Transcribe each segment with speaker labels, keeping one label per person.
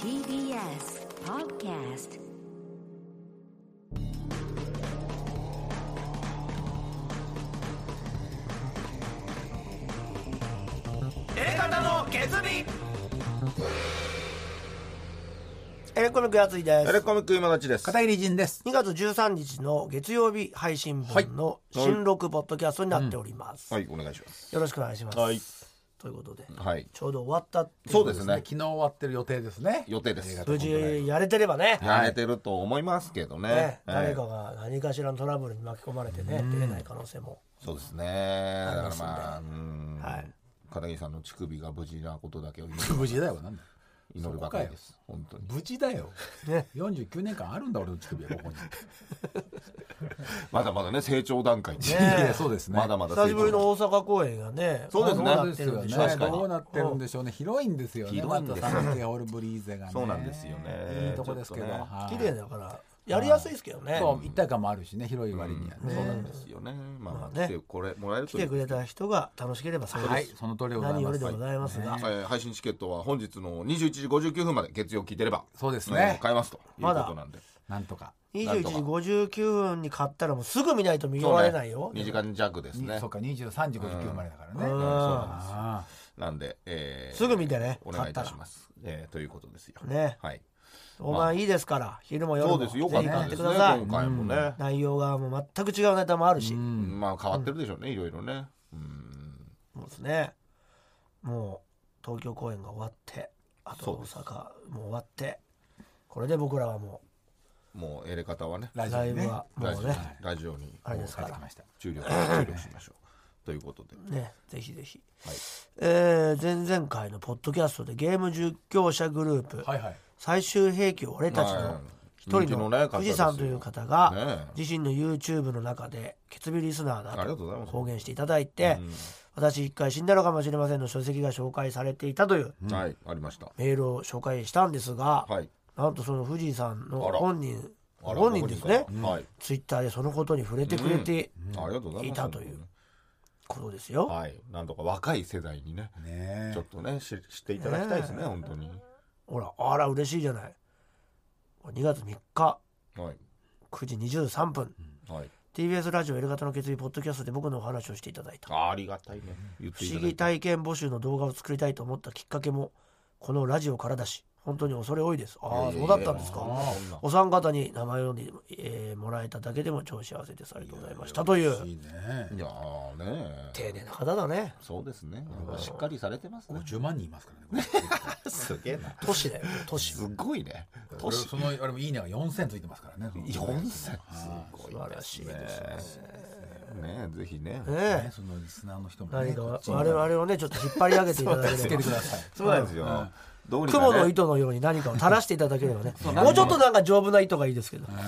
Speaker 1: TBS Podcast
Speaker 2: エ方の決意
Speaker 3: エレコミックやついで
Speaker 4: エレ
Speaker 3: す。
Speaker 4: コミック今立ちです。
Speaker 2: 片入陣です
Speaker 3: 2月13日の月曜日配信分の新録ポッドキャストになっております。
Speaker 4: はい、お願いします。
Speaker 3: よろしくお願いします。
Speaker 4: はい
Speaker 3: ということで、
Speaker 4: はい。
Speaker 3: ちょうど終わったってい
Speaker 4: そうですね
Speaker 2: 昨。日終わってる予定ですね
Speaker 4: 予定です。
Speaker 3: 無事やれてればね、
Speaker 4: やれてると思いますけどね。
Speaker 3: ね
Speaker 4: ええ
Speaker 3: 誰かが何かしらのトラブルに巻き込まれてね、出れない可能性も。
Speaker 4: そうですね。だからまあ、う
Speaker 3: は
Speaker 4: ん
Speaker 3: い。
Speaker 4: 片桐さんの乳首が無事なことだけを祈る
Speaker 2: 無事だよなんだ
Speaker 4: 祈るばかりです。本当に。
Speaker 2: 無事だよ、
Speaker 3: ね
Speaker 2: 49年間あるんだ俺の乳首はここに、
Speaker 4: まだまだね、成長段階
Speaker 2: い
Speaker 4: ね
Speaker 2: やそうですね
Speaker 4: まだまだ
Speaker 3: 久
Speaker 4: 成
Speaker 3: しぶりの
Speaker 4: 長
Speaker 3: 大阪公演がね、
Speaker 4: そうですね
Speaker 3: どうな
Speaker 2: そう
Speaker 3: っ
Speaker 2: で
Speaker 3: て
Speaker 2: す
Speaker 3: る
Speaker 2: よ
Speaker 3: んでしょう
Speaker 2: ね
Speaker 4: 確かに
Speaker 2: どうなってるんでしょうね広いんですよね
Speaker 4: 広いんですよ
Speaker 2: またサンティアオルブリーゼがね
Speaker 4: そうなんですよね
Speaker 2: いいとこですけど、
Speaker 4: ちょっとね
Speaker 2: はい
Speaker 3: 綺麗だから、やりやすいですけどね。
Speaker 2: そう一体感もあるしね広い割にはね,、
Speaker 4: そうなんですよね。まあまあ、
Speaker 3: ね
Speaker 4: 来てこれもらえる
Speaker 3: 来
Speaker 4: と
Speaker 3: てくれた人が楽しければそれ
Speaker 2: はい
Speaker 3: です。
Speaker 2: その通りでござい
Speaker 3: 何
Speaker 2: ま
Speaker 3: よ
Speaker 2: す
Speaker 3: りでございますが、
Speaker 4: えー配信チケットは本日の21時59分まで月曜聞いてれば
Speaker 2: そうですね
Speaker 4: えー買えますということなんで
Speaker 2: なんとか
Speaker 3: 21時59分に買ったらもうすぐ見ないと見終
Speaker 4: そう
Speaker 3: わ
Speaker 4: ね
Speaker 3: れないよ。
Speaker 4: 2時間弱です
Speaker 2: に
Speaker 4: ね
Speaker 2: そうか23時59分までだからね、
Speaker 3: うん
Speaker 2: あ
Speaker 4: なんで、えー
Speaker 3: すぐ見てね
Speaker 4: お願いいたします。えーということですよ。
Speaker 3: ね
Speaker 4: はい。
Speaker 3: お前いいですから、昼も夜も
Speaker 4: そうです。
Speaker 3: ぜ
Speaker 4: よ
Speaker 3: ひ
Speaker 4: かった
Speaker 3: 買っ
Speaker 4: で
Speaker 3: て
Speaker 4: す
Speaker 3: くだ
Speaker 4: ね。
Speaker 3: さい、
Speaker 4: 今回もね。
Speaker 3: 内容がもう全く違うネタもあるし、
Speaker 4: うんまあ変わってるでしょうね。いろいろね。うん。
Speaker 3: そうですねもう東京公演が終わってあと
Speaker 4: そう
Speaker 3: 大
Speaker 4: です
Speaker 3: 阪も終わってこれで僕らはも
Speaker 4: もう、エレ方はね。
Speaker 2: ラ
Speaker 3: う
Speaker 2: ジオ
Speaker 3: ライ
Speaker 2: にね
Speaker 3: ブはもう
Speaker 4: ラジオ
Speaker 3: ね、
Speaker 4: にラジオに
Speaker 3: あれですから
Speaker 2: 来ました
Speaker 4: 注力、注力しましょう。ということで。
Speaker 3: ねぜひぜひ、
Speaker 4: はい
Speaker 3: えー前々回のポッドキャストでゲーム実況者グループ、
Speaker 2: はいはい
Speaker 3: 最終兵器を俺たちの一
Speaker 4: 人気
Speaker 3: 人
Speaker 4: のね
Speaker 3: の
Speaker 4: 方
Speaker 3: 富
Speaker 4: です
Speaker 3: 士
Speaker 4: よ
Speaker 3: 山という方
Speaker 4: ね
Speaker 3: が自身の YouTube の中で「ケツビリスナー
Speaker 4: あり
Speaker 3: だ」
Speaker 4: がとうござい
Speaker 3: と
Speaker 4: ます
Speaker 3: 公言していただいて私一回死んだのかもしれませんの書籍が紹介されていたという
Speaker 4: はい。ありました。
Speaker 3: メールを紹介したんですが
Speaker 4: はい。
Speaker 3: なんとその富士山の
Speaker 4: あら
Speaker 3: 本人
Speaker 4: あら
Speaker 3: 本人ですね
Speaker 4: ご本人からはい。
Speaker 3: ツイッターでそのことに触れてくれて
Speaker 4: ありがとうござい
Speaker 3: い
Speaker 4: ます。
Speaker 3: たということですよ。
Speaker 4: はい。なんとか若い世代にね、
Speaker 2: ね
Speaker 4: ちょっとね、し知っていただきたいですね、本当に。
Speaker 3: ほらあら嬉しいじゃない2月3日
Speaker 4: はい。
Speaker 3: 9時23分
Speaker 4: はい。
Speaker 3: TBS ラジオ L 型の決意ポッドキャストで僕のお話をしていただいた
Speaker 4: あありがたいね。言っ
Speaker 3: 不
Speaker 4: ていた
Speaker 3: 思
Speaker 4: だ
Speaker 3: 議
Speaker 4: いて。
Speaker 3: 体験募集の動画を作りたいと思ったきっかけもこのラジオからだし本当に恐れ多いですああそうだったんです
Speaker 4: いやいやいや
Speaker 3: か
Speaker 4: そんな
Speaker 3: お三方に名前を呼んで、えーもらえただけでも超幸せですありがとうございましたという
Speaker 2: いいね
Speaker 4: いやーね
Speaker 3: 丁寧な方だね
Speaker 4: そうですね。しっかりされてますね。
Speaker 2: 50万人いますからね
Speaker 4: すげえな。
Speaker 3: 都市だよ都市
Speaker 4: す
Speaker 3: 素
Speaker 4: ごいね。
Speaker 2: これ俺そのあれもいいねが4000ついてますからね
Speaker 4: 四歳。すごい
Speaker 3: 晴らしいですね
Speaker 4: ね。ぜひね。
Speaker 3: ね
Speaker 2: ねそのリスナーの人もね
Speaker 3: 何か
Speaker 2: こ
Speaker 3: わ
Speaker 2: っちに
Speaker 3: 我々をねちょっと引っ張り上げていただ
Speaker 2: つ
Speaker 3: け
Speaker 2: け
Speaker 3: れ
Speaker 2: て
Speaker 3: ば
Speaker 2: ください
Speaker 4: そうなんですよ。どうにかね。
Speaker 3: 雲の糸のように何かを垂らしていただければねもうちょっとなんか丈夫な糸がいいですけど
Speaker 4: そうね。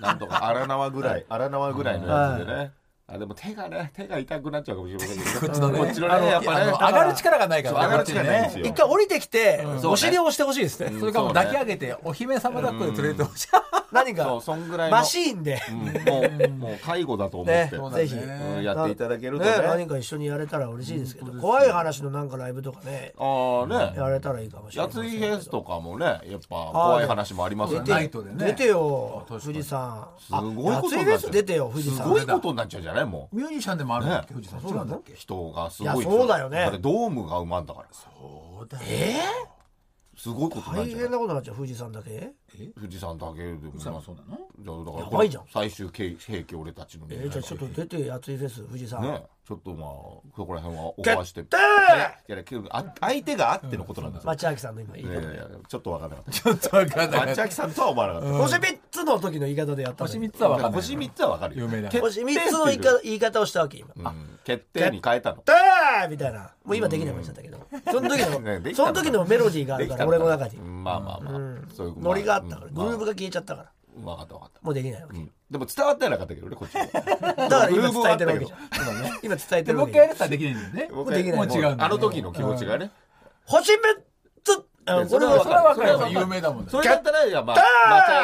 Speaker 4: なんとか荒縄ぐらい、荒縄ぐらいのやつでね。あでも手がね、手が痛くなっちゃうかもしれません けど。こっちのね、こっちのね、やっぱ
Speaker 2: あ
Speaker 4: ね
Speaker 2: の。上がる力がないから
Speaker 4: 上がる力ないんですよ。
Speaker 3: 一回降りてきて
Speaker 4: そうね
Speaker 3: お尻を押してほしいですね
Speaker 2: それかもう抱き上げてお姫様抱っこで連れてほしい
Speaker 3: 何
Speaker 4: そう、
Speaker 3: か
Speaker 4: そんぐらいの。
Speaker 3: マシーンで
Speaker 4: うんもう、もう介護だと思って。
Speaker 3: ね
Speaker 4: う
Speaker 3: そ
Speaker 4: ん
Speaker 3: うぜひ
Speaker 4: やっていただけると
Speaker 3: ね
Speaker 4: ね
Speaker 3: 何。か一緒にやれたら嬉しいですけど怖い話のなんかライブとかね
Speaker 4: ああね。
Speaker 3: やれたらいいかもしれ
Speaker 4: や
Speaker 3: ない
Speaker 4: ついフェスとかもね、やっぱ怖い話もありますよ
Speaker 2: 出ナ
Speaker 4: ね
Speaker 2: イ。トでね
Speaker 3: 出てよ
Speaker 2: 確か
Speaker 3: 富
Speaker 2: に
Speaker 3: 士山
Speaker 4: すごい
Speaker 3: や
Speaker 4: こと
Speaker 3: ついフ
Speaker 4: にな
Speaker 3: ェ
Speaker 4: っちゃ
Speaker 3: ス
Speaker 4: う
Speaker 3: 出てよ富士
Speaker 4: す
Speaker 3: 山
Speaker 4: ごいことになっちゃうじゃないも
Speaker 2: ミュージシャンでもあるんだっけ藤さん
Speaker 3: そうなの
Speaker 2: 違
Speaker 4: う。人がす
Speaker 3: いや
Speaker 4: ごいでしょ。
Speaker 3: そうだよね
Speaker 4: ってドームが埋まんだから。
Speaker 2: そうだよ
Speaker 3: え
Speaker 4: すごいこと
Speaker 3: ー
Speaker 4: になっ
Speaker 3: 大
Speaker 4: ちゃ
Speaker 3: 変
Speaker 4: う。
Speaker 3: なことになっちゃう富士山だけ
Speaker 4: 富士山だけでも
Speaker 2: 藤さんはそうなの
Speaker 4: じゃあだから
Speaker 3: やばいじゃん
Speaker 4: これ最終兵兵器俺たちのね
Speaker 3: えーじゃあちょっと出てやついフェス富士山
Speaker 4: ねちょっとまあそこら辺はオフ
Speaker 3: 決
Speaker 4: ァーして
Speaker 3: 定
Speaker 4: いやいやけどあ相手があってのことなんですよ、
Speaker 3: 町明さんの今言い
Speaker 4: い
Speaker 3: 方
Speaker 4: やいやいやちょっとわからなかっ
Speaker 2: ちょっとわかん
Speaker 4: た
Speaker 2: ない
Speaker 4: 町明さんとは思わなかった、
Speaker 3: 星3つの時の言い方でやったの
Speaker 2: 星
Speaker 3: に
Speaker 2: 3つはわかんない
Speaker 4: 星3つはわかるよ
Speaker 2: 有名だ
Speaker 4: 決
Speaker 3: 星3つの言いか言い方をしたわけ今
Speaker 4: うん決定に変えたの
Speaker 3: だーみたいなもう今できないもんちゃったけどその時
Speaker 4: ね
Speaker 3: の
Speaker 4: でき
Speaker 3: そ
Speaker 4: た
Speaker 3: の
Speaker 4: の
Speaker 3: 時
Speaker 4: かな
Speaker 3: のメロディーがあ
Speaker 4: で
Speaker 3: る
Speaker 4: き
Speaker 3: か
Speaker 4: た
Speaker 3: ら俺
Speaker 4: のかな
Speaker 3: の中に
Speaker 4: うんまあまあまあ、そういう
Speaker 3: ノリがあったからグルーブが
Speaker 4: が
Speaker 3: 消えちゃったか
Speaker 4: 分かった分かった
Speaker 3: らもうできないわけ
Speaker 4: うんでも伝わってはなかったけどねこっち は
Speaker 3: だから今伝えてるわけじ
Speaker 4: グルーブ
Speaker 3: ゃ
Speaker 4: は
Speaker 3: ん
Speaker 4: あっ
Speaker 3: 今伝えて
Speaker 2: で
Speaker 3: る
Speaker 2: も
Speaker 3: わ
Speaker 2: う一
Speaker 3: け
Speaker 2: 回やれたらできないんだよね
Speaker 4: も
Speaker 3: うできない
Speaker 4: もう
Speaker 2: もう違うんだ
Speaker 4: あの時の気持ちがね、
Speaker 3: 星3つあこ
Speaker 4: そ
Speaker 3: れ
Speaker 4: れは
Speaker 3: は
Speaker 4: わ
Speaker 3: わ
Speaker 4: か
Speaker 3: か
Speaker 4: る
Speaker 3: る
Speaker 2: それはわかる有名だもんね
Speaker 4: それだったらいやまあ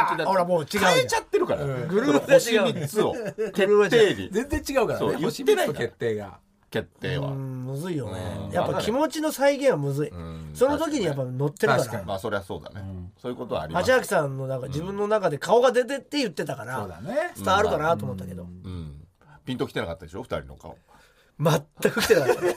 Speaker 4: 町明だ
Speaker 3: ほらもう違うじゃん
Speaker 4: 変えちゃってるから、グループ
Speaker 3: グループ
Speaker 4: 星
Speaker 3: は違う
Speaker 4: 3つを決定に
Speaker 2: 全然違うから
Speaker 4: そう
Speaker 2: ね
Speaker 4: 言っ
Speaker 2: 星
Speaker 4: てない
Speaker 2: 3
Speaker 4: か
Speaker 2: つ
Speaker 4: ら
Speaker 2: 決定が
Speaker 4: 決定は
Speaker 3: う。んむずいよ
Speaker 4: うん
Speaker 3: ねやっぱ気持ちの再現はむずい
Speaker 4: うん
Speaker 3: その時にやっぱ乗ってる
Speaker 2: 確か
Speaker 3: か
Speaker 2: に
Speaker 4: まあそりゃそうだね、そういうことはあり
Speaker 3: ら
Speaker 4: ます
Speaker 3: 八明さんのなんか自分の中で顔が出てって言ってたから
Speaker 2: そうだね
Speaker 3: 伝わるかなと思ったけど
Speaker 4: うん、ピンときてなかったでしょ二人の顔
Speaker 3: 全く来 てなかったうんい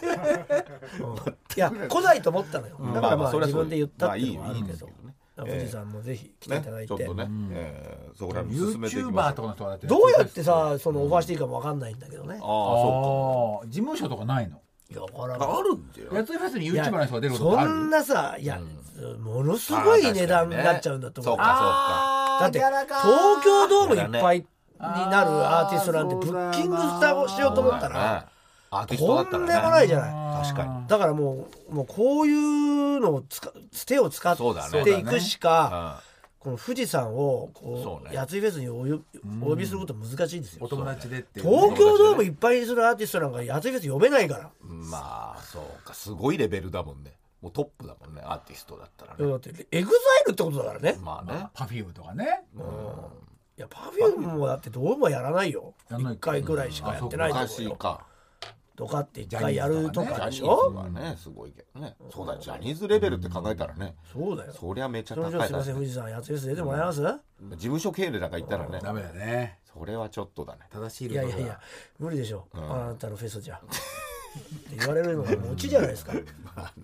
Speaker 3: や来ないと思ったのよだからまあ
Speaker 4: そりゃ
Speaker 3: 自
Speaker 4: そう
Speaker 3: 分で言ったっていうの
Speaker 4: ま
Speaker 3: はあ
Speaker 4: あ
Speaker 3: る
Speaker 4: いいいいん
Speaker 3: け
Speaker 4: です
Speaker 3: ど
Speaker 4: けどね
Speaker 3: 富士山もぜひ来てい
Speaker 4: ね
Speaker 3: ただい
Speaker 4: ちょってとね、えーそこら辺
Speaker 2: ユ
Speaker 4: 進め
Speaker 2: ー
Speaker 4: て
Speaker 2: チ
Speaker 4: い
Speaker 2: ュ
Speaker 4: き
Speaker 2: ー
Speaker 4: ま
Speaker 2: バー
Speaker 4: し
Speaker 2: と
Speaker 4: ょう
Speaker 2: かの人がだって
Speaker 3: どうやってさそのオファーしていいかもわかんないんだけどね
Speaker 4: あ
Speaker 2: あ
Speaker 4: あそ
Speaker 2: あ事務所とかないの
Speaker 3: いやわから
Speaker 4: うか
Speaker 3: ん
Speaker 4: あるんじゃ
Speaker 2: やついフェスにユーチューバーの人が出ることって
Speaker 3: そ
Speaker 2: ある
Speaker 3: んなさいやものすごい値段になっちゃうんだと思う
Speaker 4: あそうか
Speaker 3: だって東京ドームいっぱいになるアーティストなんてブッキングスターをしようと思ったら
Speaker 4: アーティストだ
Speaker 3: と
Speaker 4: ったら、
Speaker 3: ん
Speaker 4: ね、
Speaker 3: でもないじゃない
Speaker 4: 確かに
Speaker 3: だからもうもうこういうのを使つ手を使っ
Speaker 4: そうだね
Speaker 3: ていくしか、
Speaker 4: あ
Speaker 3: この富士山をこ
Speaker 4: そううね
Speaker 3: やついフェスにお呼びお呼びすること難しいんですよ
Speaker 2: お友達でっていう
Speaker 3: 東京ドームいっぱいにするアーティストなんかやついフェス呼べないから
Speaker 4: まあそうかすごいレベルだもんねもうトップだもんねアーティストだったら
Speaker 3: いや
Speaker 4: ね、
Speaker 3: だってエグザイルってことだからね
Speaker 4: まあね
Speaker 2: パフュームとかね
Speaker 3: いやパフュームもだってドームはやらないよ
Speaker 2: やんない
Speaker 3: 一回ぐらいしかやってないと思う
Speaker 4: 昔
Speaker 3: よ
Speaker 4: か
Speaker 3: ドカって一回やると
Speaker 4: ジ
Speaker 3: か
Speaker 4: ャ
Speaker 3: で
Speaker 4: ニ
Speaker 3: し
Speaker 4: ー
Speaker 3: ょ
Speaker 4: ズはねすごいけどねそうだよジャニーズレベルって考えたらね、
Speaker 3: そうだよ
Speaker 4: そりゃめちゃ
Speaker 3: その
Speaker 4: 高
Speaker 3: 上
Speaker 4: い
Speaker 3: すいま
Speaker 4: だ
Speaker 3: せん
Speaker 4: 事
Speaker 3: 富士山やついフェス出てもらえます、
Speaker 4: 務所経理なんか行ったらね
Speaker 2: ダメだね
Speaker 4: それはちょっとだね
Speaker 2: 正しい
Speaker 3: いやいやいや無理でしょ、あなたのフェスじゃって言われるのがもうオチじゃない ですかい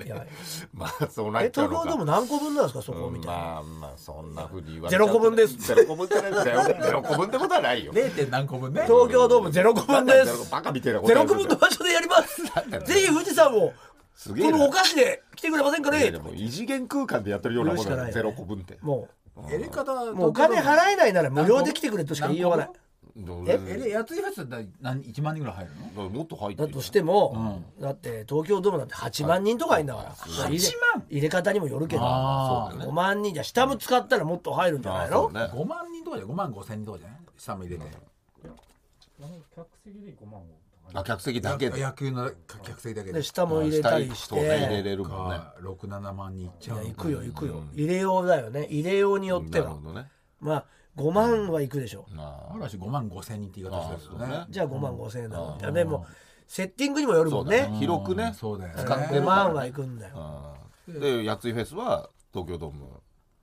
Speaker 3: や
Speaker 4: まあそうなっ
Speaker 3: え
Speaker 4: ちゃう
Speaker 3: 東京ドー
Speaker 4: のか
Speaker 3: ム何個分なんですかそこ
Speaker 4: うん
Speaker 3: みたいな、
Speaker 4: まあまあそんなふうに言わ
Speaker 3: ゼロ個分です
Speaker 4: ゼロ個分じゃないんだよゼロ個分ってことはないよ
Speaker 2: 0. 点何個分ね
Speaker 3: 東京ドームゼロ個分で
Speaker 4: ゼロ個
Speaker 3: す
Speaker 4: バカみたいなこと
Speaker 3: ゼ
Speaker 4: や
Speaker 3: ロ
Speaker 4: る
Speaker 3: 個分の場所でやりますぜひ富士山を
Speaker 4: すげえ
Speaker 3: こ
Speaker 4: な
Speaker 3: のお菓子で来てくれませんか
Speaker 4: いや
Speaker 3: ね
Speaker 4: でも異次元空間でやってるようなもんだ
Speaker 3: や
Speaker 4: よ
Speaker 3: るしか
Speaker 4: ゼ
Speaker 3: ないよね
Speaker 4: ロ個分って
Speaker 3: も
Speaker 2: エレカタ
Speaker 3: うもうお金払えないなら無料で来てくれとしか言いようがない
Speaker 4: どう
Speaker 3: え
Speaker 2: えやついフェスって何1万人ぐらい入るの
Speaker 4: どうもっと入って
Speaker 3: だ
Speaker 4: る
Speaker 3: としても、だって東京ドームなんて8万人とかいんだから、入れ
Speaker 2: 8万
Speaker 3: 入れ方にもよるけど
Speaker 2: あー
Speaker 4: そうだよ
Speaker 3: 5
Speaker 4: ね
Speaker 3: 万人じゃ下も使ったらもっと入るんじゃ
Speaker 4: あ
Speaker 3: な
Speaker 4: あ
Speaker 3: い
Speaker 4: そ
Speaker 3: の
Speaker 4: うね
Speaker 2: 5万人とかで5万5千人とかじゃない下も入れて
Speaker 5: 客席で5万を
Speaker 4: あ客席だけで
Speaker 2: 野球の客席だけで
Speaker 3: で下も入れたりして、
Speaker 4: 下行くとね入れれるもんね
Speaker 2: 67万人いっち
Speaker 3: い
Speaker 2: ゃう
Speaker 3: や行くよ行くよ入れようだよね入れようによって
Speaker 4: なる
Speaker 3: は
Speaker 4: ほどね
Speaker 3: まあ5万は行くでしょ、
Speaker 4: あ
Speaker 2: 嵐5万5千人って言い方するけど
Speaker 4: あ
Speaker 2: ね
Speaker 4: ー
Speaker 3: じゃあ5万5千円だもん、いやでもセッティングにもよるもんね
Speaker 4: そうだね広くね
Speaker 2: うんそうだよね
Speaker 4: 使って
Speaker 3: 5
Speaker 4: るから
Speaker 3: 万は行くんだよ
Speaker 4: あーでやついフェスは東京ドーム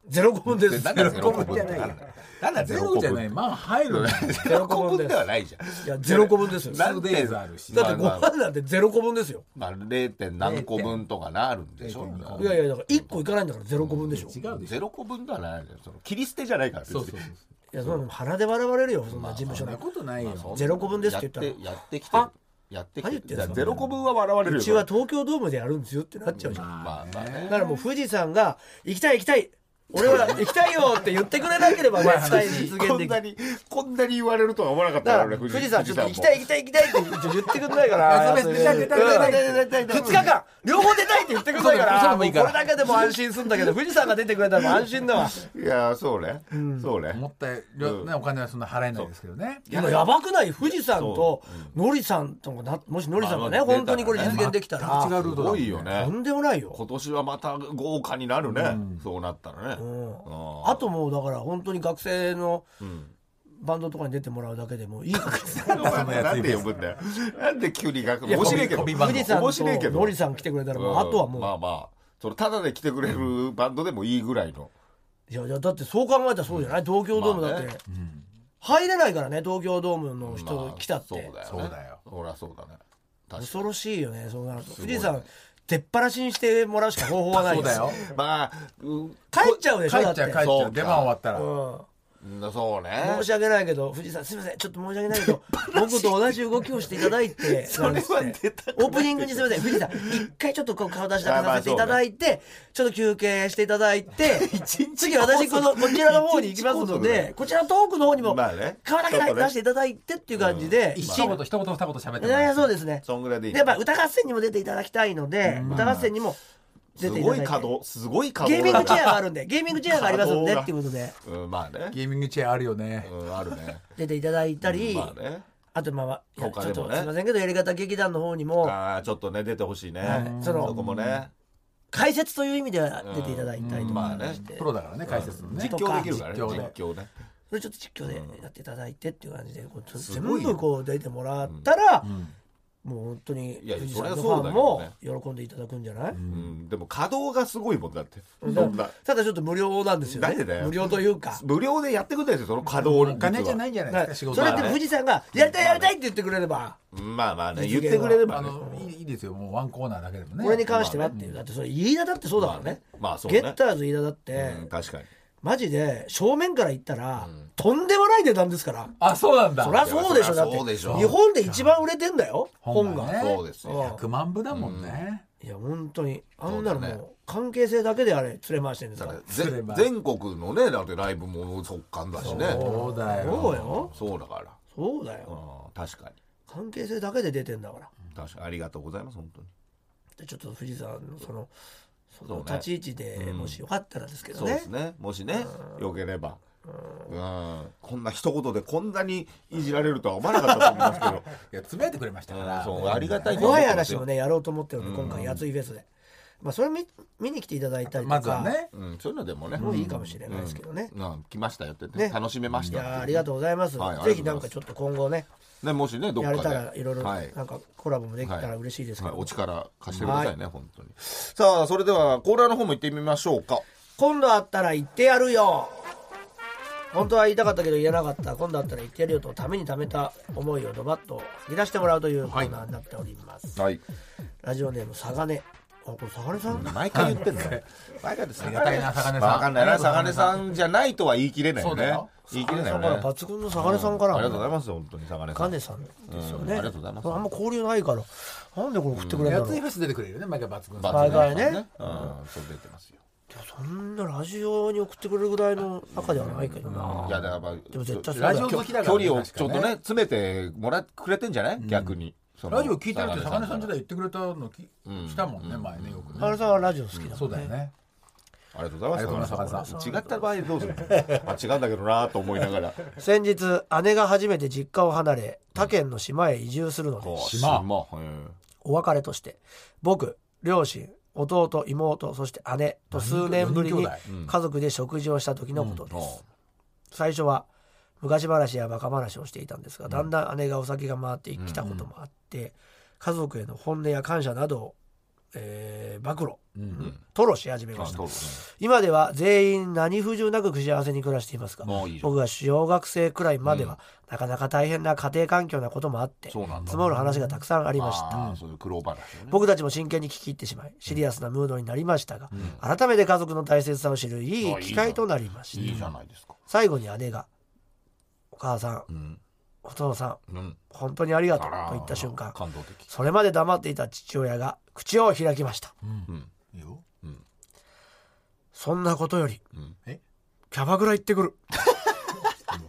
Speaker 3: ゼロコ分です
Speaker 4: なん
Speaker 3: い
Speaker 4: だゼロ個分ってなんだよ
Speaker 2: なんだゼロじゃない万 入るのよ
Speaker 4: ゼロ個分ではないじゃん
Speaker 3: やゼロコ分ですよだ
Speaker 4: な
Speaker 3: っ
Speaker 4: ん
Speaker 3: て
Speaker 4: て
Speaker 2: デイズあるし
Speaker 4: まあ
Speaker 3: 5
Speaker 4: まあ
Speaker 3: 万なんてゼロコ分ですよ
Speaker 4: まあ 0. 点何個分とかなあるんでしょ
Speaker 2: 0.2個
Speaker 3: いやいやだから1個行かないんだからゼロコ分でしょ、
Speaker 2: 違うでしょ
Speaker 4: ゼロ個分ではないのよその切り捨てじゃないから別
Speaker 2: そ
Speaker 4: に
Speaker 2: うそうそう
Speaker 3: いやそんなの鼻で笑われるよそんな事務所
Speaker 2: そん
Speaker 3: の
Speaker 2: なことないよ
Speaker 4: そんな
Speaker 3: ゼロ個分ですって言ったら
Speaker 4: ややってきてる
Speaker 3: は
Speaker 4: やって
Speaker 3: 何言
Speaker 4: き
Speaker 3: っててん
Speaker 4: る
Speaker 3: すか
Speaker 4: ゼロ個分は笑われる
Speaker 3: う
Speaker 4: よ
Speaker 3: ちは東京ドームでやるんですよってなっちゃうじゃん、
Speaker 4: まあまあね
Speaker 3: だからもう富士山が行きたい行きたい俺は行きたいよって言ってくれなければ絶対実現
Speaker 4: こ
Speaker 3: で
Speaker 4: ん
Speaker 3: きな
Speaker 4: ないにこんなに言われるとは思わなかった
Speaker 3: だ
Speaker 4: か
Speaker 3: からら
Speaker 4: 俺
Speaker 3: 富士山ちょっと行きた
Speaker 4: い
Speaker 3: い行きたい行きたいって言ってくんないから
Speaker 2: 休め出たい出たい
Speaker 3: 2日間両方出たいって言ってくんないか
Speaker 2: そうだ
Speaker 3: ら
Speaker 2: よ
Speaker 3: もうこれだけでも安心するんだけど富士山が出てくれたらもう安心だわ
Speaker 4: いやそうねそうね
Speaker 2: 思ったよりねお金はそんな払えないですけどね
Speaker 3: 今やばくない富士山とノリさんとかなもしノリさんがね
Speaker 4: まあまあ
Speaker 3: 本当にこれ実現できたら
Speaker 2: 全く違う
Speaker 4: す
Speaker 2: ルートだ
Speaker 4: ごいよね
Speaker 3: とんでもないよ
Speaker 4: 今年はまた豪華になるね、そうなったらね、うん
Speaker 3: あともうだから本当に学生のバンドとかに出てもらうだけでもいいか
Speaker 4: なんで呼ぶんだよなんで急に学
Speaker 3: いや
Speaker 4: 面白いけど
Speaker 3: 富士山
Speaker 4: 面白いけ
Speaker 3: と
Speaker 4: ど
Speaker 3: ノリさん来てくれたらもうあとはもう、
Speaker 4: んまあまあそのただで来てくれるバンドでもいいぐらいの
Speaker 3: いやいやだってそう考えたらそうじゃない、東京ドームだって、
Speaker 4: まあね
Speaker 3: 入れないからね東京ドームの人
Speaker 4: まあ
Speaker 3: 来たって、
Speaker 4: そうだよ
Speaker 2: そうだよ
Speaker 4: ほらそうだね確か
Speaker 3: 恐ろしいよねそうなると
Speaker 4: ごい
Speaker 3: 富士山出っ放しにしてもらうしか方法はない
Speaker 2: そうだよ
Speaker 4: にまあ、うん
Speaker 3: 帰っちゃうでし
Speaker 2: 帰
Speaker 3: ょ
Speaker 2: っちゃう帰っ
Speaker 3: だっ
Speaker 2: ちゃ
Speaker 4: そう
Speaker 2: う
Speaker 4: か
Speaker 2: 出番終わったら
Speaker 3: て、
Speaker 2: も
Speaker 4: うんそうね
Speaker 3: うん、申し訳ないけど富士山すいませんちょっと申し訳ないけ ど僕と同じ動きをしていただいて
Speaker 4: それは出たくない
Speaker 3: オープニングにすみません、藤井さん、一回ちょっとこう顔出しだけさせていただいて、ちょっと休憩していただい て、次私この、こちらの方に行きますの
Speaker 4: 一日拘束
Speaker 3: で、こちらのトークの方にも、
Speaker 4: まあね
Speaker 3: 顔だけ
Speaker 4: ちょっとね
Speaker 3: 出していただいてっていう感じで、
Speaker 2: う一
Speaker 3: 日
Speaker 2: 言一言二言喋っても
Speaker 3: いやい
Speaker 2: ら
Speaker 3: や
Speaker 2: う
Speaker 3: そうですね。
Speaker 4: そんぐらいでいい
Speaker 3: で、やっぱ歌合戦にも出ていただきたいので、歌合戦にも
Speaker 4: す
Speaker 3: 出ていた
Speaker 4: ご
Speaker 3: だい
Speaker 4: い
Speaker 3: て。
Speaker 4: 稼働すごい稼
Speaker 3: ゲーミングチ
Speaker 4: 働
Speaker 3: ェア
Speaker 4: だ
Speaker 3: があるんで、ゲーミングチェアがありますんでっていうことで、
Speaker 4: な うんまあね
Speaker 2: ゲーミングチェアあるよね
Speaker 4: うんあるね
Speaker 3: 出ていただいたり、
Speaker 4: まあね
Speaker 3: あとまあ、いやちょ
Speaker 4: 他
Speaker 3: っ
Speaker 4: で
Speaker 3: と
Speaker 4: もね
Speaker 3: すいませんけど、やり方劇団の方にも、
Speaker 4: ああちょっとね出てほしいね、
Speaker 3: はいそ
Speaker 4: そ
Speaker 3: の
Speaker 4: こもね
Speaker 3: 解説という意味では出ていただいたりと
Speaker 4: まあ
Speaker 3: か
Speaker 4: ね
Speaker 3: して。
Speaker 2: プロだからね解説のね
Speaker 4: 実況できるからね実
Speaker 2: 実況
Speaker 4: 況
Speaker 2: で
Speaker 4: ね
Speaker 3: それちょっと実況でやっていただいてっていう感じで、こうちょっと
Speaker 4: ごいよ
Speaker 3: 全部こう出てもらったら、もう本当に
Speaker 4: いや
Speaker 3: 富士山の
Speaker 4: そ
Speaker 3: フ
Speaker 4: りゃそうだ
Speaker 3: ァン
Speaker 4: けど
Speaker 3: も
Speaker 4: ね
Speaker 3: 喜んでいただくんじゃない、
Speaker 4: うんでも稼働がすごいもんだってそ
Speaker 3: だ
Speaker 4: んな
Speaker 3: ただちょっと無料なんですよ
Speaker 4: なん
Speaker 3: ね
Speaker 4: でだよ
Speaker 3: 無料というか
Speaker 4: 無料でやってくれたんですよその稼働
Speaker 2: お金じゃないんじゃない
Speaker 3: だ
Speaker 2: で
Speaker 3: か
Speaker 2: すか
Speaker 3: そ
Speaker 2: ら仕事
Speaker 3: れ
Speaker 2: は
Speaker 3: って
Speaker 2: ね
Speaker 3: 富士山が「やりたいやりたい」って言ってくれれば
Speaker 4: まあまあね言ってくれれば
Speaker 2: あ
Speaker 4: ね
Speaker 2: のいいいいですよもうワンコーナーだけでもね
Speaker 3: これに関してはっていうだってそれ飯田だってそうだからね
Speaker 4: まあそう
Speaker 3: ゲ
Speaker 4: ね
Speaker 3: ッターズ飯田だって
Speaker 4: うん確かに
Speaker 3: マジで正面から言ったらとんでもない値段ですから
Speaker 2: あそうなんだ
Speaker 3: そりゃそうでしょ
Speaker 4: いや
Speaker 3: だっ
Speaker 4: そりゃそう
Speaker 3: て
Speaker 4: で
Speaker 3: 日
Speaker 4: しょ
Speaker 3: 本で一番売れてんだよ本が
Speaker 2: ね
Speaker 4: そうですよ
Speaker 2: 100万部だもんね、
Speaker 3: いや本当にあんなの
Speaker 4: そうだ
Speaker 3: もう関係性だけであれ連れ回してるんです
Speaker 4: だ
Speaker 3: か
Speaker 4: から
Speaker 3: ら
Speaker 4: ぜ
Speaker 2: すれば
Speaker 4: 全国のねだってライブも速乾だしね
Speaker 2: そうだよ
Speaker 3: そうよ
Speaker 4: そうだから
Speaker 3: そうだ
Speaker 4: う
Speaker 3: よ
Speaker 4: ん確かに
Speaker 3: 関係性だけで出てんだから
Speaker 4: 確かにありがとうございます本当に
Speaker 3: でちょっと富士山のそのそ
Speaker 4: そう
Speaker 3: の
Speaker 4: ね
Speaker 3: 立ち位置でもしよかったらですけど
Speaker 4: そうで
Speaker 3: ね
Speaker 4: すねもしねよければうんこんな一言でこんなにいじられるとは思わなかったと思うんです けど
Speaker 2: いやつぶやいてくれましたか
Speaker 4: うん
Speaker 2: ら
Speaker 4: そうありがたいと思
Speaker 3: 怖
Speaker 4: っ
Speaker 3: い
Speaker 4: てま
Speaker 3: 話
Speaker 4: すよ
Speaker 3: もねやろうと思ってるんで今回やついフェスでまあそれ見見に来ていただいたりとか
Speaker 2: まずはね
Speaker 4: うんそういうのでもね
Speaker 3: もういいかもしれないですけどね
Speaker 4: うんうん来ましたよって言
Speaker 3: ね
Speaker 4: って楽しめまし
Speaker 3: い
Speaker 4: たよ
Speaker 3: やーありがとうございます
Speaker 4: はいあ
Speaker 3: ぜ
Speaker 4: りがと
Speaker 3: ひ
Speaker 4: うござ
Speaker 3: ないん
Speaker 4: ます
Speaker 3: かちょっと今後ね
Speaker 4: ねもしねどっ
Speaker 3: や
Speaker 4: か
Speaker 3: れ
Speaker 4: で
Speaker 3: たらいろいろ
Speaker 4: はい
Speaker 3: なんかコラボもできたら嬉しいですけ
Speaker 4: はい
Speaker 3: ど
Speaker 4: お力貸してくださいね本当にさあそれではコーラーの方も行ってみましょうか
Speaker 3: 今度あったら言ってやるよ本当は言いたかったけど言えなかった今度あったら言ってやるよとためにためた思いをドバッと吐き出してもらうというコーナーになっております、
Speaker 4: はい
Speaker 3: ラジオネームサガネあこれサガネさん、
Speaker 4: 毎回言って んだよ毎回です
Speaker 2: ありがたいな坂根さん
Speaker 4: わかんないな坂
Speaker 2: あり
Speaker 4: 根
Speaker 2: がと
Speaker 4: さ
Speaker 2: う
Speaker 4: んじゃないとは言い切れないよ
Speaker 2: そうだ
Speaker 4: ね
Speaker 2: よ
Speaker 4: 言い切れない
Speaker 3: さ
Speaker 4: よ
Speaker 3: んから
Speaker 4: ね
Speaker 3: 抜群のサガネさんから、
Speaker 4: ありがとうございます本当に坂根さ
Speaker 3: ガ
Speaker 4: ん
Speaker 3: ネさんですよ
Speaker 4: うんあ
Speaker 3: ね、
Speaker 4: りがとうございます
Speaker 3: あんま交流ないからなんでこれ送ってくれた
Speaker 2: や
Speaker 3: の、
Speaker 2: ついフェス出てくれるよね毎回抜群さん
Speaker 3: 毎回ね
Speaker 4: うんそう出てますよ
Speaker 3: そんなラジオに送ってくれるぐらいの中ではないけどな、
Speaker 4: いやだからやっ
Speaker 3: でも絶対
Speaker 4: ぱ
Speaker 3: そうだ
Speaker 2: ラ
Speaker 3: よ
Speaker 2: ジオ好きだから
Speaker 4: 距離をちょっと
Speaker 2: 確か
Speaker 4: ね詰めてもらってくれてんじゃない逆にその
Speaker 2: ラジオ聞いてるって坂根さ
Speaker 4: から
Speaker 2: ん時代言ってくれたのき、したもんね前ねよくね、
Speaker 3: 原さんはラジオ好きだもんね、
Speaker 2: そうだよね
Speaker 4: ありがとうございます
Speaker 2: ありがとうございます
Speaker 4: 坂根さん違った場合どうするのあ違うんだけどなと思いながら
Speaker 3: 先日姉が初めて実家を離れ他県の島へ移住するので
Speaker 2: 島
Speaker 4: 島うん
Speaker 3: お別れとして僕両親弟妹そして姉と数年ぶりに
Speaker 2: 何人兄弟
Speaker 3: 家族で食事をした時のことです最初は昔話やバカ話をしていたんですがだんだん姉がお酒が回ってきたこともあって家族への本音や感謝などを、えー暴露吐露し始めました
Speaker 4: そうね
Speaker 3: 今では全員何不自由なく幸せに暮らしていますが
Speaker 4: もういいじゃん
Speaker 3: 僕が小学生くらいまでは、なかなか大変な家庭環境なこともあって
Speaker 4: そうなんだ
Speaker 3: 積もる話がたくさんありました
Speaker 4: ああそういう苦労話よね
Speaker 3: 僕たちも真剣に聞き入ってしまいシリアスなムードになりましたが、改めて家族の大切さを知るいい機会となりました
Speaker 4: いいじゃないですか
Speaker 3: 最後に姉が「お母さん、
Speaker 4: ん
Speaker 3: お父さん
Speaker 4: うん
Speaker 3: 本当にありがとう」
Speaker 4: あら
Speaker 3: と言った瞬間
Speaker 4: 感動的
Speaker 3: それまで黙っていた父親が口を開きました
Speaker 2: いいよ
Speaker 3: そんなことより、
Speaker 2: え
Speaker 3: キャバクラ行ってく る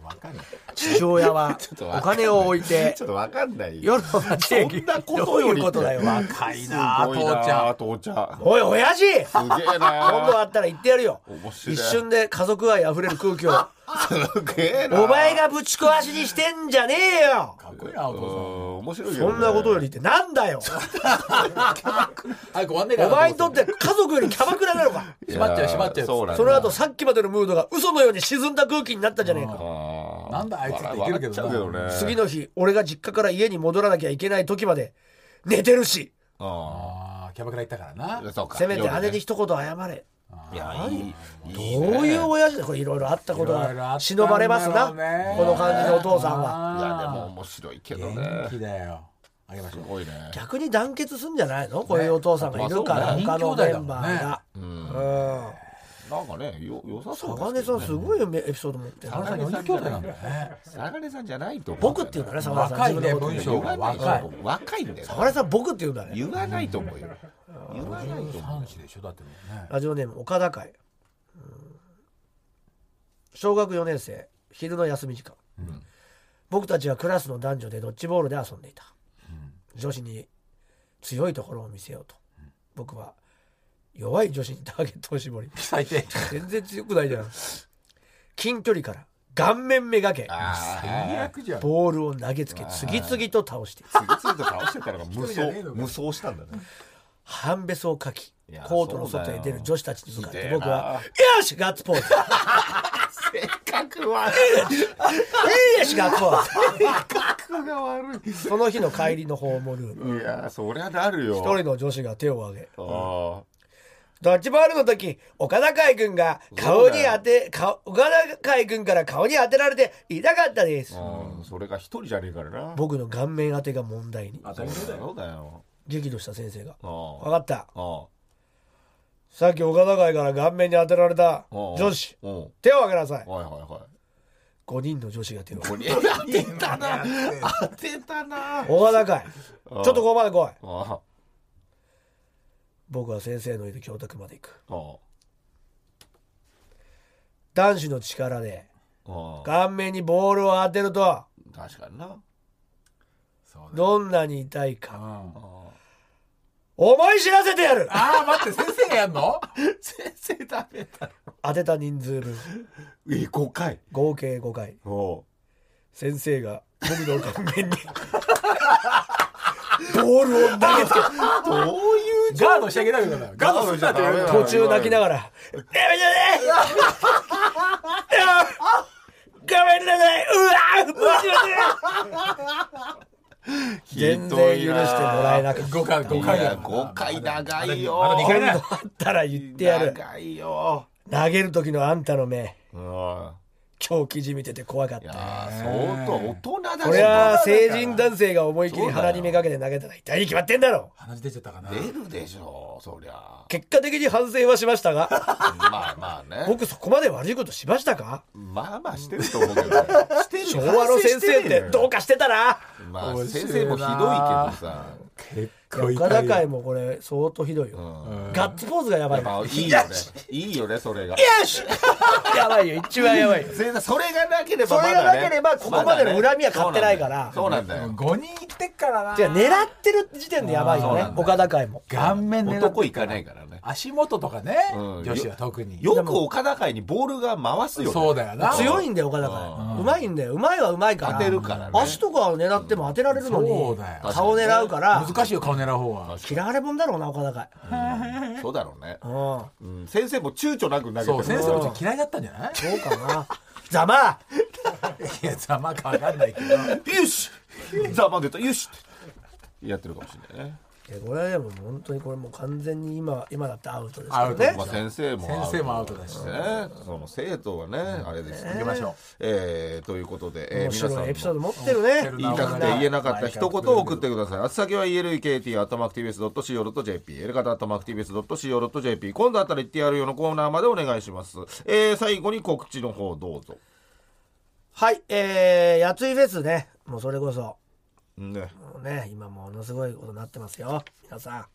Speaker 2: わかる
Speaker 3: 父親は
Speaker 4: っとわかんない
Speaker 3: お金を置いて
Speaker 4: ちょっとわかんないよ
Speaker 3: 夜の街へ
Speaker 4: そんなことよ
Speaker 3: どうい
Speaker 4: り
Speaker 3: うことだよ
Speaker 2: 若いなあ
Speaker 4: すごいな
Speaker 2: 父ちゃん
Speaker 4: 父ちゃん
Speaker 3: おい親父今
Speaker 4: すげ えな
Speaker 3: 度会ったら言ってやるよ
Speaker 4: 面白い
Speaker 3: 一瞬で家族愛あふれる空気を
Speaker 4: すげえな
Speaker 3: お前がぶち壊しにしてんじゃねえよ
Speaker 2: かっこいいなお
Speaker 4: うん
Speaker 2: 父
Speaker 4: 面白いけど
Speaker 3: そ
Speaker 4: ね
Speaker 3: んなことよりってなんだよ
Speaker 2: さん早く終わんねえか
Speaker 3: お
Speaker 2: な
Speaker 3: 前にと
Speaker 2: 思
Speaker 3: って家族よりキャバクラなのか
Speaker 4: いや
Speaker 2: 縛っちゃう縛っちゃう
Speaker 4: そうなんだ
Speaker 3: その後さっきまでのムードが嘘のように沈んだ空気になったじゃねえか
Speaker 4: あー
Speaker 2: なんだあいつっていけるけ
Speaker 4: 笑
Speaker 2: どな
Speaker 4: っちゃうけどね
Speaker 3: 次の日俺が実家から家に戻らなきゃいけない時まで寝てるし
Speaker 4: あ
Speaker 2: あーキャバクラ行ったからな
Speaker 4: ーそうか
Speaker 3: せめて
Speaker 4: 夜ね
Speaker 3: 姉に一言謝れ
Speaker 4: いやいい
Speaker 3: どういう親父だこれいろいろあったこと
Speaker 2: いろいろあ
Speaker 3: が
Speaker 2: ったん
Speaker 3: 忍
Speaker 2: だ
Speaker 3: ば
Speaker 2: ろうね
Speaker 3: れますなこの感じのお父さんは
Speaker 4: やいやでも
Speaker 2: あ
Speaker 4: 面白いけど
Speaker 2: ー
Speaker 4: ね
Speaker 2: 元気だよあげまし
Speaker 4: す
Speaker 2: ょう
Speaker 4: ごいね
Speaker 3: 逆に団結すんじゃないのこういうお父さんがいるから
Speaker 2: ね
Speaker 3: 他のメンバーが
Speaker 4: なんかねよ良さそう
Speaker 3: 高根さんすごいエピソード持ってる
Speaker 2: 原さん4人兄弟なんだよね
Speaker 4: 坂根さんじゃないと思
Speaker 3: 僕っていうんだね沢根さ
Speaker 2: 若
Speaker 3: ん
Speaker 2: いね
Speaker 3: 自分のこと
Speaker 2: 文章
Speaker 4: 言わない
Speaker 2: 若い
Speaker 4: 若いんだよ
Speaker 3: 沢根さん僕っていうんだね
Speaker 4: 言わないと思うよ言わないと思う
Speaker 2: 三子でしょだってもうね
Speaker 3: ラジオネーム岡田会うん小学4年生昼の休み時間、僕たちはクラスの男女でドッジボールで遊んでいた、女子に強いところを見せようと、僕は弱い女子にターゲットを絞り
Speaker 2: 最低
Speaker 3: 全然強くないじゃん近距離から顔面めがけ
Speaker 4: あ
Speaker 2: 最悪じゃん
Speaker 3: ボールを投げつけ次々と倒していく
Speaker 4: あ次々と倒してたら無
Speaker 2: じゃねえ
Speaker 4: 双
Speaker 2: のか
Speaker 4: 無双したんだね
Speaker 3: 半べそをかき
Speaker 4: いや
Speaker 3: コートの
Speaker 4: そう
Speaker 3: 外
Speaker 4: だ
Speaker 3: へ
Speaker 4: よ
Speaker 3: 出る女子たちに向かっ
Speaker 4: ひで
Speaker 3: て
Speaker 4: えな
Speaker 3: 僕は「よしガッツポーズ」
Speaker 4: 性格
Speaker 3: 「い
Speaker 4: は
Speaker 3: いよしガッツポーズ」
Speaker 4: 性格質が悪い。
Speaker 3: その日の帰りのホームルーム
Speaker 4: いやー、そりゃなるよ。
Speaker 3: 一人の女子が手を挙げ
Speaker 4: あ
Speaker 3: ドッジボールの時岡田海軍が顔に当て顔岡田海軍から顔に当てられて痛かったです
Speaker 4: あ、うん、それが一人じゃねえからな。
Speaker 3: 僕の顔面当てが問題に
Speaker 2: 当たり
Speaker 4: そうだ
Speaker 2: 前だよ
Speaker 4: よ。だよ。
Speaker 3: 激怒した先生が
Speaker 4: あ
Speaker 3: 「
Speaker 4: あ
Speaker 3: 分かった
Speaker 4: あ
Speaker 3: さっき岡田海から顔面に当てられた
Speaker 4: あ。うん
Speaker 3: 女子
Speaker 4: うん。
Speaker 3: 手を挙げなさい
Speaker 4: はいはいはい。」
Speaker 3: 5人の女子が手を挙
Speaker 4: これ当てたな。当てたな。
Speaker 3: げた岡田海ちょっとここまで来い
Speaker 4: あ
Speaker 3: 僕は先生のいる教託まで行く
Speaker 4: あ。あ
Speaker 3: 男子の力で
Speaker 4: あ。
Speaker 3: 顔面にボールを当てると
Speaker 4: 確かにな。
Speaker 6: そうだ。
Speaker 3: どんなに痛いうか
Speaker 6: ん。
Speaker 3: 思い知らせてやる
Speaker 2: ああ、待って、先生がやんの
Speaker 4: 先生ダメだろ。
Speaker 3: 当てた人数分
Speaker 4: え、5回。
Speaker 3: 合計5回
Speaker 4: おう
Speaker 3: 先生が僕の顔面にボールを投げつけ
Speaker 4: どういう
Speaker 2: ガードしてあげないよな。ガードするなって言われる
Speaker 4: ガードしちゃ
Speaker 3: 途中
Speaker 4: ダメだ
Speaker 3: 泣きながら「やめてねやめてねうわ全然許してもらえな
Speaker 4: く
Speaker 3: かった
Speaker 2: 5回、5回
Speaker 4: いや、
Speaker 2: だ
Speaker 4: 5回
Speaker 2: よ。
Speaker 4: 長いよ。
Speaker 2: まだ二
Speaker 3: 今
Speaker 2: 回
Speaker 3: 度
Speaker 2: だ
Speaker 3: あ
Speaker 2: よ
Speaker 3: ったら言ってやる
Speaker 4: 長いよ。
Speaker 3: 投げる時のあんたの目
Speaker 4: うん。いや
Speaker 3: 狂気じみてて怖かっ
Speaker 4: ー、
Speaker 3: た
Speaker 4: 相当大人だし
Speaker 3: これは成人男性が思い切り鼻にめがけて投げたら痛いに決まってんだろ
Speaker 2: 鼻血出ちゃったかな。
Speaker 4: 出るでしょう、そりゃ。
Speaker 3: 結果的に反省はしましたが
Speaker 4: まあまあね。
Speaker 3: 僕そこまで悪いことしましたか
Speaker 4: まあまあしてると思うけど。 してる
Speaker 3: 昭和の先生ってどう
Speaker 4: か。
Speaker 3: かしてたな
Speaker 4: まあ
Speaker 2: 面白い
Speaker 4: 先
Speaker 2: な
Speaker 4: 生もひどいけどさ。
Speaker 2: 結構
Speaker 3: 岡田会もこれ相当ひどいよ、ガッツポーズがやば
Speaker 4: や
Speaker 3: い
Speaker 4: っぱ
Speaker 3: よ
Speaker 4: いいよね。いいよね、それが。
Speaker 3: し やばいよ一番やばいよ
Speaker 4: 全然それがなければ
Speaker 3: そ
Speaker 4: ま
Speaker 3: れが
Speaker 4: だね、
Speaker 3: なければここまでの
Speaker 4: だね
Speaker 3: 恨みは買ってないから
Speaker 4: そうなんだよ。
Speaker 2: 5人生きてっからな。
Speaker 3: じゃあ狙ってる時点でやばいよ
Speaker 4: あーそうな
Speaker 3: ね
Speaker 4: んだ
Speaker 3: 岡田会も
Speaker 2: 顔面狙って
Speaker 4: 男行かないからね。
Speaker 2: 足元とかね、
Speaker 4: うん
Speaker 2: 女子は特に。
Speaker 4: よく岡田会にボールが回すよね。
Speaker 2: そうだよな。
Speaker 3: 強いんだよ岡田会うまいんだようまいはうまいから
Speaker 4: 当てるからね
Speaker 3: 足とかを狙っても当てられるのに
Speaker 2: そうだよ
Speaker 3: 顔狙うから
Speaker 2: 難しいよ、顔狙う方は。
Speaker 3: 嫌われ者だろうな岡田会
Speaker 4: そうだろうね。
Speaker 3: うん
Speaker 4: うん先生も躊躇なく投げて
Speaker 2: そう、先生
Speaker 4: も
Speaker 2: も嫌いだったんじゃない
Speaker 3: そうかなざまあ
Speaker 2: いや、ざまかわかんないけど。
Speaker 4: よしざま出たよしやってるかもしれないね。
Speaker 3: いやこれはでも本当にこれもう完全に今今だってアウトです
Speaker 2: ア
Speaker 3: よ
Speaker 2: ウト
Speaker 3: ね
Speaker 4: まあ先生も
Speaker 2: 先生もアウトだし。
Speaker 4: ね、その生徒はね、あれです。行き
Speaker 2: ましょう。
Speaker 4: えーということで、え
Speaker 3: 面
Speaker 4: ー皆さん
Speaker 3: 白いエピソード
Speaker 4: も
Speaker 3: 持ってるね
Speaker 2: うん
Speaker 4: 言いたくて言えなかった一言を送ってください。あつ先は ELEKT、アットマーク TBS.CO.JP、エルカタ、アットマーク TBS.CO.JP、今度あったら言ってやるよのコーナーまでお願いします。えー最後に告知の方どうぞ。
Speaker 3: はいえー、やついフェスねもうそれこそ
Speaker 4: ね、
Speaker 3: もうね今ものすごいことになってますよ皆さ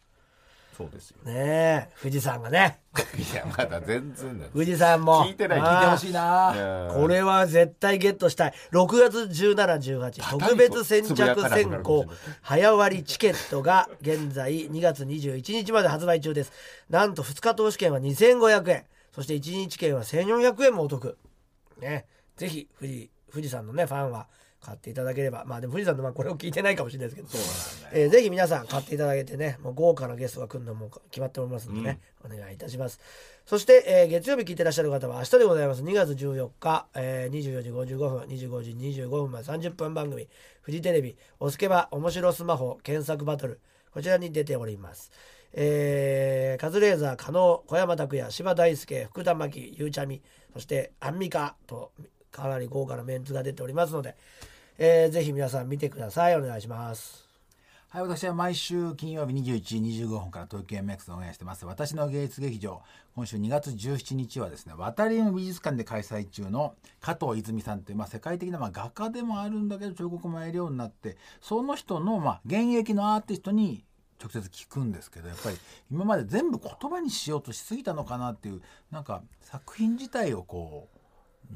Speaker 4: そうですよ。
Speaker 3: んねえ富士山がね
Speaker 4: いや、まだ全然だよ。
Speaker 3: 富士山も
Speaker 4: 聞いてない
Speaker 3: あー
Speaker 4: 聞いて
Speaker 2: 欲しいな。
Speaker 3: これは絶対ゲットしたい6月1718特別先着選考早割りチケットが現在2月21日まで発売中ですなんと2日投資券は2500円そして1日券は1400円もお得ねぜひ富士富士山のねファンは買っていただければまあでも富士山のまあこれを聞いてないかもしれないですけどえーぜひ皆さん買っていただけてねもう豪華なゲストが来るのも決まっておりますのでね、お願いいたしますそして、えー月曜日聞いてらっしゃる方は明日でございます2月14日、えー24時55分25時25分まで30分番組フジテレビ「おすけば面白スマホ検索バトル」こちらに出ております。えーカズレーザー、加納、小山拓也、柴大輔、福田真紀、ゆうちゃみ、そしてアンミカとかなり豪華なメンツが出ておりますので、えーぜひ皆さん見てください。お願いします。
Speaker 2: はい、私は毎週金曜日21時25分から東京 MX を応援してます。私の芸術劇場、今週2月17日はですね、ワタリウム美術館で開催中の加藤泉さんという、まあ、世界的な、まあ、画家でもあるんだけど、彫刻もやるようになって、その人の、まあ、現役のアーティストに直接聞くんですけどやっぱり今まで全部言葉にしようとしすぎたのかなっていうなんか作品自体をこ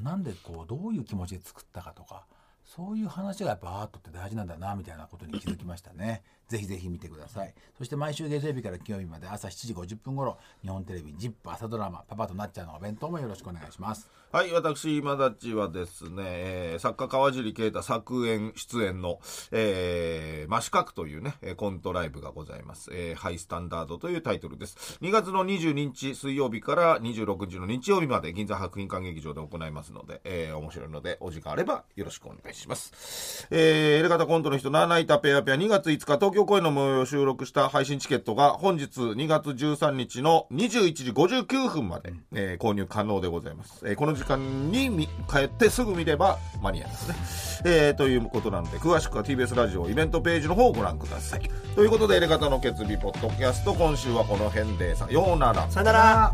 Speaker 2: うなんでこうどういう気持ちで作ったかとかそういう話がやっぱアートって大事なんだなみたいなことに気づきましたね。
Speaker 7: ぜひぜひ見てくださいそして毎週月曜日から金曜日まで朝7時50分頃日本テレビ ZIP 朝ドラマ「パパとなっちゃん」のお弁当もよろしくお願いします
Speaker 4: はい、私、今立ちはですね、えー作家川尻啓太作演、出演の、えー、真四角というね、えーコントライブがございます。えーハイスタンダードというタイトルです。2月の22日水曜日から26日の日曜日まで銀座白品館劇場で行いますので、えー面白いので、お時間あればよろしくお願いします。えー、エレガタコントの人、ナナイタペアペア2月5日東京公演の模様を収録した配信チケットが本日2月13日の21時59分まで、えー購入可能でございます。えーこの時間に見帰ってすぐ見れば間に合いますね。えーということなので、詳しくは TBS ラジオイベントページの方をご覧ください。ということで、エレガタの決意ポッドキャスト、今週はこの辺でさようなら。
Speaker 3: さよなら